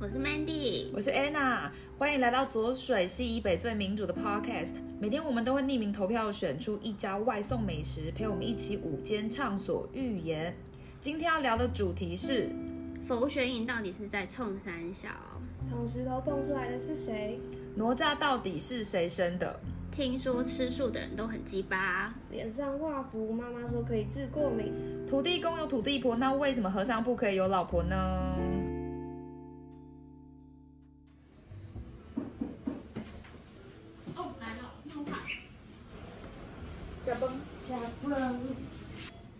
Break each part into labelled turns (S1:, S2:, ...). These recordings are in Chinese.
S1: 我是 Mandy，
S2: 我是 Anna，欢迎来到左水西以北最民主的 Podcast。每天我们都会匿名投票选出一家外送美食，陪我们一起午间畅所欲言。今天要聊的主题是
S1: 佛学营到底是在冲三小？
S3: 从石头蹦出来的是谁？
S2: 哪吒到底是谁生的？
S1: 听说吃素的人都很鸡巴，
S3: 脸上画符，妈妈说可以治过敏。
S2: 土地公有土地婆，那为什么和尚不可以有老婆呢？加崩加崩。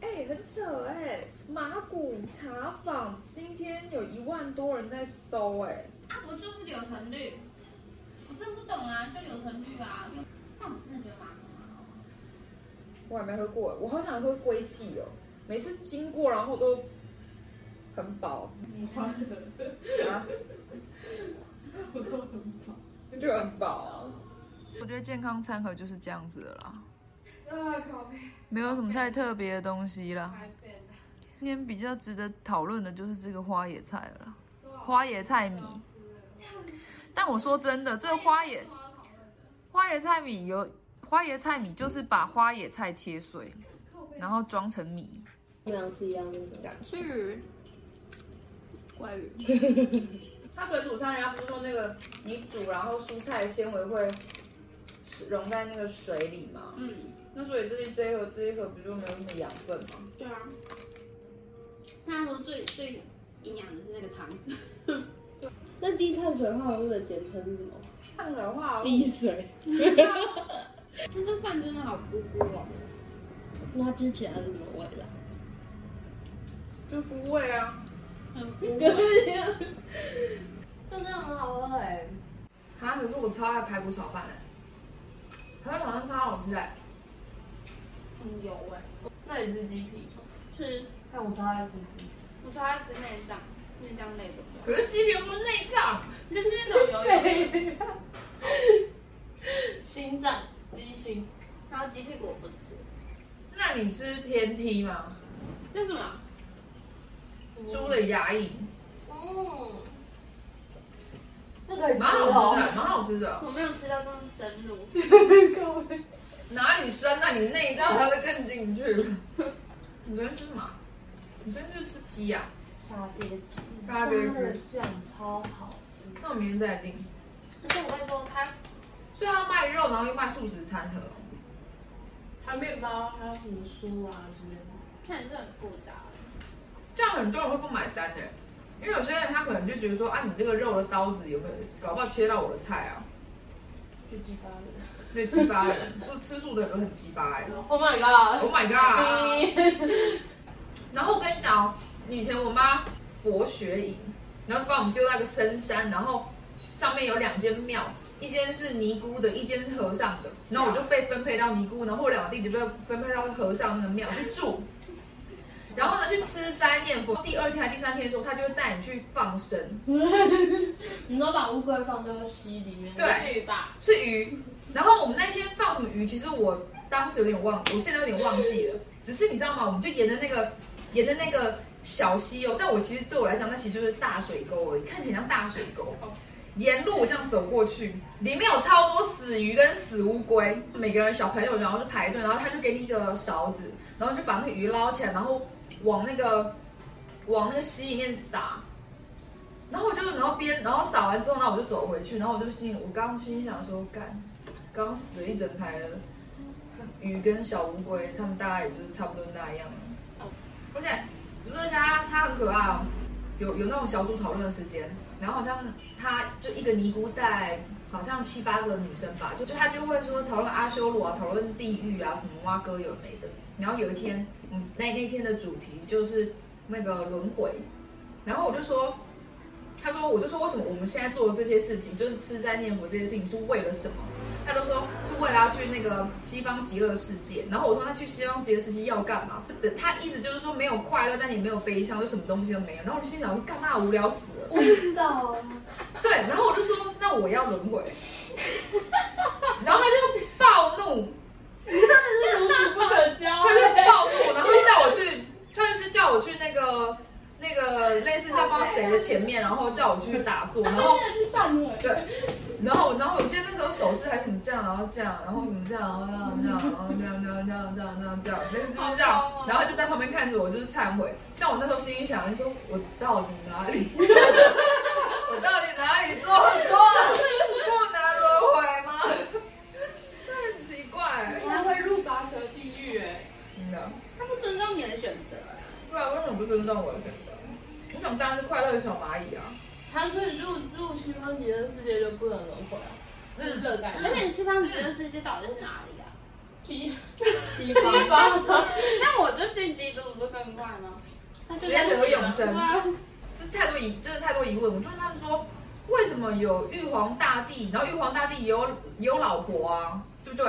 S2: 哎、很扯哎、马古茶坊今天有一万多人在搜哎、
S4: 啊，不就是柳橙绿？我真不懂啊，就柳橙绿啊。但我真的觉得麻烦啊。
S2: 我还没喝过，我好想喝龟记哦。每次经过，然后都很饱。
S5: 你花的，
S2: 啊，
S5: 我都很饱。
S2: 就很饱。我觉得健康餐盒就是这样子的啦，
S5: 啊，靠背，
S2: 没有什么太特别的东西啦。
S5: 白费了。
S2: 今天比较值得讨论的就是这个花野菜了啦，
S5: 多少
S2: 花野菜米。但我说真的，这花野花椰菜米有花椰菜米，就是把花椰菜切碎，然后装成米。
S6: 我想吃一样那个，
S1: 是鲑鱼。
S2: 它水煮餐，人家不是说那个你煮，然后蔬菜纤维会溶在那个水里吗？
S1: 嗯，
S2: 那所以这一这一盒这一盒不就没有什么养分吗？
S1: 对啊。那他说最最营养的是那个 汤，
S6: 那低碳水化合物的简称是什么？
S2: 碳水化合物
S6: 低水。
S1: 那这饭真的好咕咕哦。
S6: 那吃起来是什么味道？
S2: 就菇味啊。
S6: 那真的很好喝哎、
S5: 啊，可是我超爱排骨炒饭的、排骨炒饭超好吃哎、
S4: 很油哎、
S5: 那也是鸡皮炒，
S4: 吃
S5: 但我超爱吃鸡。
S4: 我超爱吃内脏，内脏类的，
S5: 可是鸡皮又不是内脏，
S4: 就是那种油油的。
S6: 心脏鸡心，
S4: 然后鸡屁股我不吃，
S5: 那你吃天梯吗？
S4: 这是什么？
S5: 猪的牙龈，
S4: 嗯，
S6: 那可以吃
S5: 蛮好吃
S6: 哦。
S5: 的，蛮好吃的。
S4: 我没有吃到这么深入。
S5: 哪里深啊？你的内脏才会更进 去。你昨天吃什么？你昨天是不是吃鸡啊呀、
S6: 沙爹鸡，
S5: 啊？大家别
S6: 它的
S5: 吃。
S6: 酱超好吃。
S5: 那我明天再订。
S4: 而且我跟你说，它
S5: 所以他卖肉，然后又卖素食餐盒。
S6: 还有面包，还有什么酥啊什么的。
S4: 看起来是很复杂。
S5: 这样很多人会不买单的，因为有些人他可能就觉得说，啊，你这个肉的刀子有没有，搞不好切到我的菜啊，
S6: 就鸡巴的。
S5: 所以鸡巴人，说吃素的人都很鸡巴 哎、
S6: Oh my god！
S5: Oh my god！
S6: god！
S5: 然后我跟你讲哦，以前我妈佛学营，然后就把我们丢到一个深山，然后上面有两间庙，一间是尼姑的，一间是和尚的，然后我就被分配到尼姑，然后我两个弟弟被分配到和尚那个庙去住。然后呢，去吃斋念佛。第二天还第三天的时候，他就会带你去放生，
S6: 你都把乌龟放到溪里面。
S5: 对
S4: 至于吧？
S5: 是鱼。然后我们那天放什么鱼，其实我当时有点忘，我现在有点忘记了。只是你知道吗？我们就沿着那个，沿着那个小溪哦。但我其实对我来讲，那其实就是大水沟而已，看起来像大水沟。沿路我这样走过去，里面有超多死鱼跟死乌龟，每个人小朋友然后就排队，然后他就给你一个勺子，然后就把那个鱼捞起来，然后往那个往那个溪里面撒。然后我就，然后边，然后撒完之后，呢，我就走回去，然后我就心里，我刚心里想说，干，刚死了一整排的鱼跟小乌龟，他们大概也就是差不多那样。而且不是啊它，它很可爱哦，有有那种小组讨论的时间，然后好像它就一个尼姑带好像七八个女生吧，就就他就会说讨论阿修罗啊，讨论地狱啊，什么蛙哥有没的。然后有一天，嗯，那那天的主题就是那个轮回，然后我就说。他说，我就说为什么我们现在做的这些事情，就是吃斋念佛这些事情是为了什么？他都说是为了要去那个西方极乐世界。然后我说那去西方极乐世界要干嘛？他意思就是说没有快乐，但也没有悲伤，就什么东西都没有。然后我就心想说干嘛无聊死了？
S6: 我知道啊。
S5: 对，然后我就说那我要轮回。 然后他就暴怒，
S6: 不可教
S5: 他就暴怒，然后叫我去，他就叫我去那个那个类似叫不知道谁的前面，然后叫我去打坐，然后
S4: 真的去站了。
S5: 对，然后然后我记得那时候手势还怎么这样，然后这样，然后怎么这样，然后这样，然后这样，然后这样，这样，这样，这样，这样，类似就是这样
S4: 好高哦，
S5: 然后就在旁边看着我，就是忏悔。但我那时候心里想，说我到底哪里，我到底哪里做错，不能轮回吗？很奇怪，
S6: 他会入拔舌地狱哎，
S5: 真的，
S1: 他不尊重你的选择啊。
S5: 不然为什么不尊重我的选择？我想当然是快乐的小蚂蚁啊。
S6: 他所以入入西方极乐世界就不能轮回啊，是这个概
S1: 那
S6: 念。
S1: 你西方极乐世界到底是哪里啊？
S6: 西
S5: 嗯
S6: 西方，
S1: 那我就信基督，不是更快吗？他就
S5: 直接得永生
S1: 对啊
S5: 这是太多疑，真的太多疑问。我就是他们说，为什么有玉皇大帝，然后玉皇大帝也有也有老婆啊，对不对？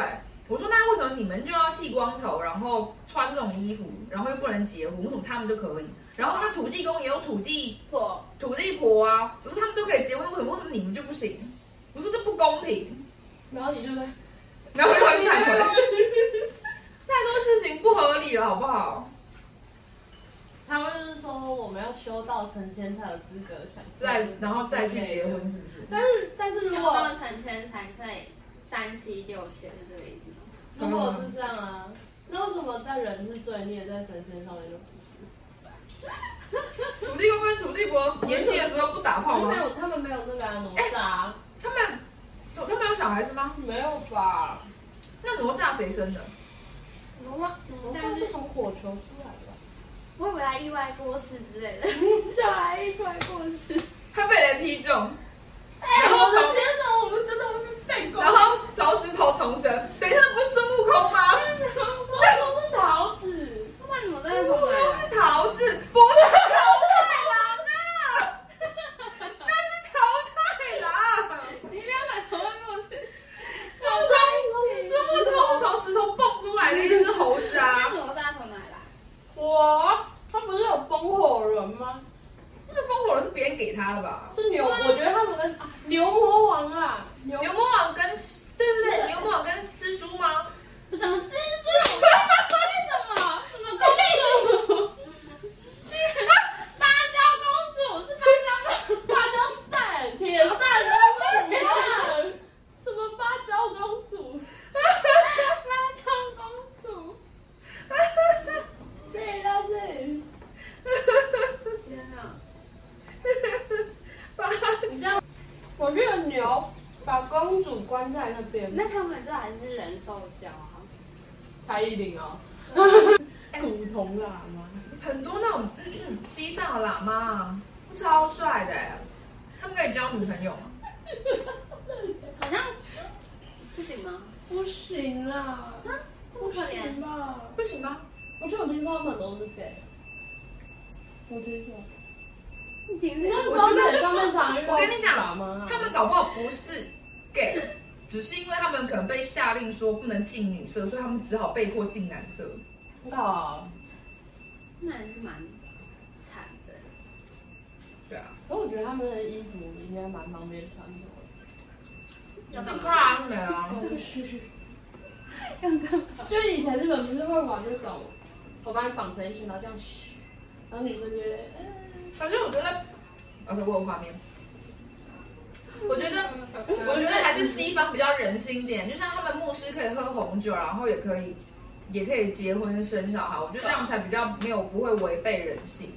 S5: 我说那为什么你们就要剃光头，然后穿这种衣服，然后又不能结婚，为什么他们就可以？然后那土地公也有土地
S1: 我
S5: 土地婆啊，我说他们都可以结婚，为什么为什么你们就不行？我说这不公平。
S6: 然后你就在
S5: 然后他就忏 悔，太多事情不合理了，好不好？
S6: 他们就是说我们要修道成仙才有资格享受
S5: 再然后再去结婚，是不是？
S6: 但是但是
S1: 修
S6: 如
S1: 道
S6: 果
S1: 成仙才可以三妻六妾，是这个意思吗？
S6: 如果是这样啊，那为什么在人是罪孽，在神仙上面就不是？
S5: 土地公跟土地婆年轻的时候不打炮
S6: 他
S5: 吗
S6: 没？有，他们没有那个啊哪吒啊，
S5: 他们有他们有小孩子吗？
S6: 没有吧？
S5: 那哪吒谁生的？
S6: 哪吒哪吒是从火球出来的吧。
S1: 会不会他意外过世之类 的？小孩意外过世，
S5: 他被人劈中，
S4: 哎，
S5: 然
S4: 我
S5: 后
S4: 的
S5: 从
S4: 天哪，我们真的会被废光。
S5: 然 后找石头重生。等一下，不是孙悟空吗？
S4: 说说是桃子，
S1: 那你们在
S5: 孙
S1: 从
S5: 悟空
S1: 哪？
S5: 是桃子，不是桃太郎啊！那是 桃太郎。
S1: 你不要把头发过世。
S5: 孙悟空，孙悟空是从石头蹦出来的一只猴子
S1: 那
S5: 啊！
S1: 哪吒从哪来？
S6: 我，他不是有风火轮吗？
S5: 那个风火轮是别人给他的吧？
S6: 是牛，我觉得他们跟啊牛魔王啊，牛
S5: 牛魔王跟对对对，牛魔王跟蜘蛛吗？
S1: 不是蜘蛛？为什么？什么公主？那个芭蕉公主是芭蕉吗？
S6: 芭蕉扇、铁扇公主啊，什么芭蕉公主？
S1: 芭蕉公主。
S6: 对，但是
S1: 天 哪！
S6: 你知道，我这个牛把公主关在那边，
S1: 那他们就还是人兽交啊？
S6: 蔡依 林哦，古铜喇嘛，
S5: 很多那种嗯西藏的喇嘛啊，超帅的欸，他们可以交女朋友吗？
S1: 好像不行吗？
S6: 不 行啦，
S1: 啊，这么可怜。
S6: 吧？
S5: 不行吗？
S6: 我就有听说他们都是 gay，我听说。
S1: 你听
S6: 那
S1: 着，
S6: 时候在上面常遇到
S5: 我跟你
S6: 喇
S5: 讲
S6: 嘛啊，
S5: 他们搞不好不是 gay，只是因为他们可能被下令说不能进女色，所以他们只好被迫进男色。
S6: 啊，
S1: 那也是蛮惨的。
S5: 对啊，
S6: 可我觉得他们的衣服应该蛮方便穿的。
S1: 要干
S5: 那
S1: 嘛？
S5: 怕没啊？
S1: 要干嘛？
S6: 就以前日本不是会玩那种，我把你绑成一圈，然后这样嘘，然后女生觉得，嗯，
S5: 反正我觉得，OK，我有画面。我觉得，我觉得还是西方比较人性一点，就像他们牧师可以喝红酒，然后也可以，也可以结婚生小孩，我觉得这样才比较没有不会违背人性。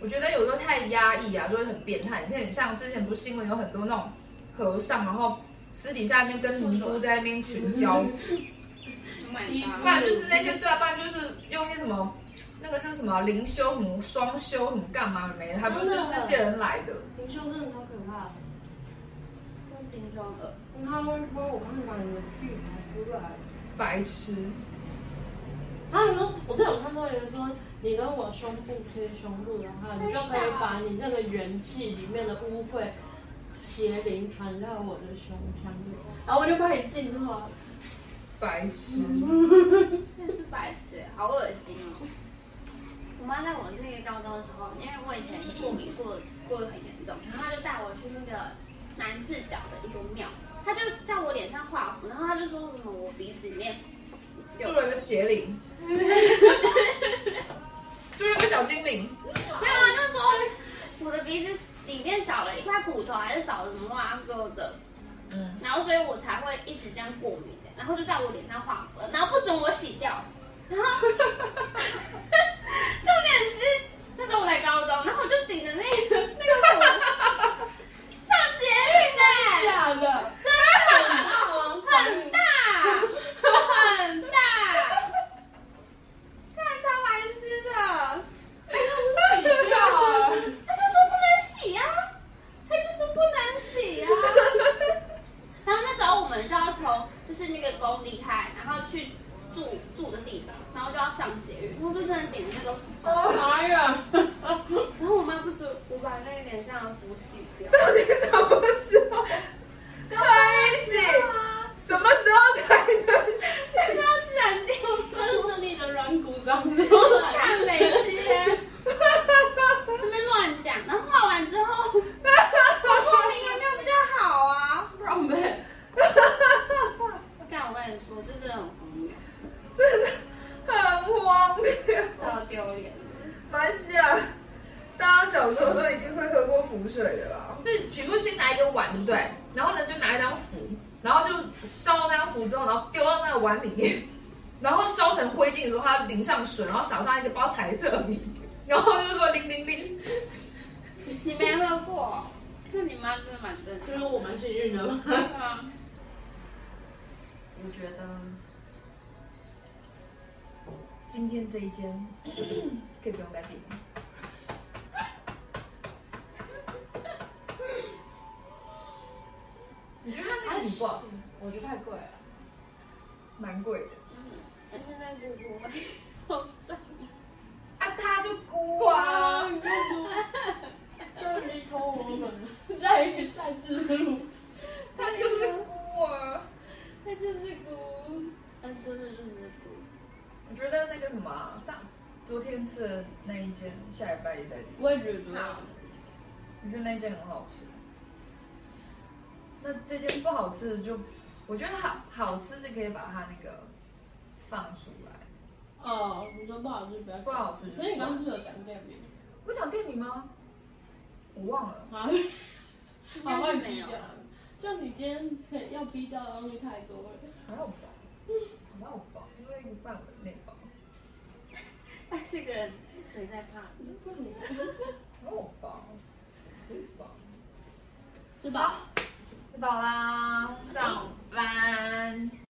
S5: 我觉得有时候太压抑啊，就会很变态。你看，像之前不是新闻有很多那种和尚，然后私底下面跟尼姑在那边群交，
S1: 西
S5: 不然就是那些对啊，不然就是用一些什么那个叫什么灵修什么双修什么干嘛没的，他们就
S6: 真
S5: 是
S6: 的
S5: 这些人来的。
S6: 灵修真的好可怕。
S1: 冰霜二，
S6: 你看他会说，我帮你把你的屁股出来。
S5: 白痴，
S6: 他有说，我之前有看到一个说，你跟我胸部贴胸部的话，你就可以把你那个元气里面的污秽邪灵传到我的胸腔里，然后我就帮你净化。
S5: 白痴，
S1: 真是白痴，好恶心哦！我妈在我那个高中的时候，因为我以前过敏过过得很严重，然后她就带我去那个南赤角的一个庙，她就在我脸上画符，然后她就说什么我鼻子里面
S5: 做了一个邪灵，做了一个小精灵。病。
S1: 没有啊，就说我的鼻子里面少了一块骨头，还是少了什么挖沟的，
S5: 嗯，
S1: 然后所以我才会一直这样过敏的，然后就在我脸上画符，然后不准我洗掉，然后重点是那时候我才高中，然后我就顶着那个那个符上捷运哎、
S6: 假的，
S1: 真的
S6: 很大吗？
S1: 很大很大，看超白痴的。
S5: 嗯
S6: 很大，
S1: 他就说不能洗呀、他就说不能洗呀、啊然后那时候我们就要从就是那个宫离开，然后去住住的地方，然后就要上捷运，然后就真的点那个符咒，
S6: 妈呀！
S1: 然后我妈不准我把那个脸上的符洗掉。
S5: 到底什么时候 开始？什么时候才能 洗？
S1: 就要自然掉，
S6: 他是那里的软骨长出来，
S1: 看美吃耶，他们乱讲。然后画完之后，我过敏也没有比较好啊。
S6: 让呗。
S1: 但我跟你说，这真的很荒谬，
S5: 真的很荒谬。
S1: 超丢脸的。
S5: 马来西亚，啊大家小时候都一定会喝过符水的啦。是，比如说先拿一个碗，对不对？然后呢，就拿一张符，然后就烧那张符之后，然后丢到那个碗里面，然后烧成灰烬的时候，它淋上水，然后撒上一个包彩色的米，然后就说淋淋淋。
S1: 你没喝过？那你妈真的蛮真
S6: 就是我蛮幸运的嘛。
S1: 啊！
S5: 我觉得今天这一间 可以不用再订了。 你觉得它那个米不好吃？
S6: 我觉得太贵了，
S5: 蛮贵的。
S1: 但是那姑姑味好重。
S5: 啊，它就菇啊，
S6: 就是你偷我们在在自路，
S5: 它就是菇啊。
S1: 那就是姑，那真的就是姑。
S5: 我觉得那个什么啊、上昨天吃的那一间，下礼拜也在订。
S6: 我也觉得。
S5: 我觉得那间很好吃。那这间不好吃的就，我觉得好好吃就可以把它那个放出来。
S6: 哦，你说不好吃，不要
S5: 不好吃
S6: 可是你刚刚是有讲店名
S5: 我讲店名吗？我忘了。
S6: 啊？好
S1: 该是
S6: 乱
S1: 没
S6: 逼
S1: 有
S6: 掉。就你今天可以要逼掉的东西太多了。
S5: 还好吧，还好吧，因为一个范围内吧。
S1: 那这个人没在怕。
S5: 还好吧，可以吧。
S6: 吃饱。
S5: 吃饱啦，上班。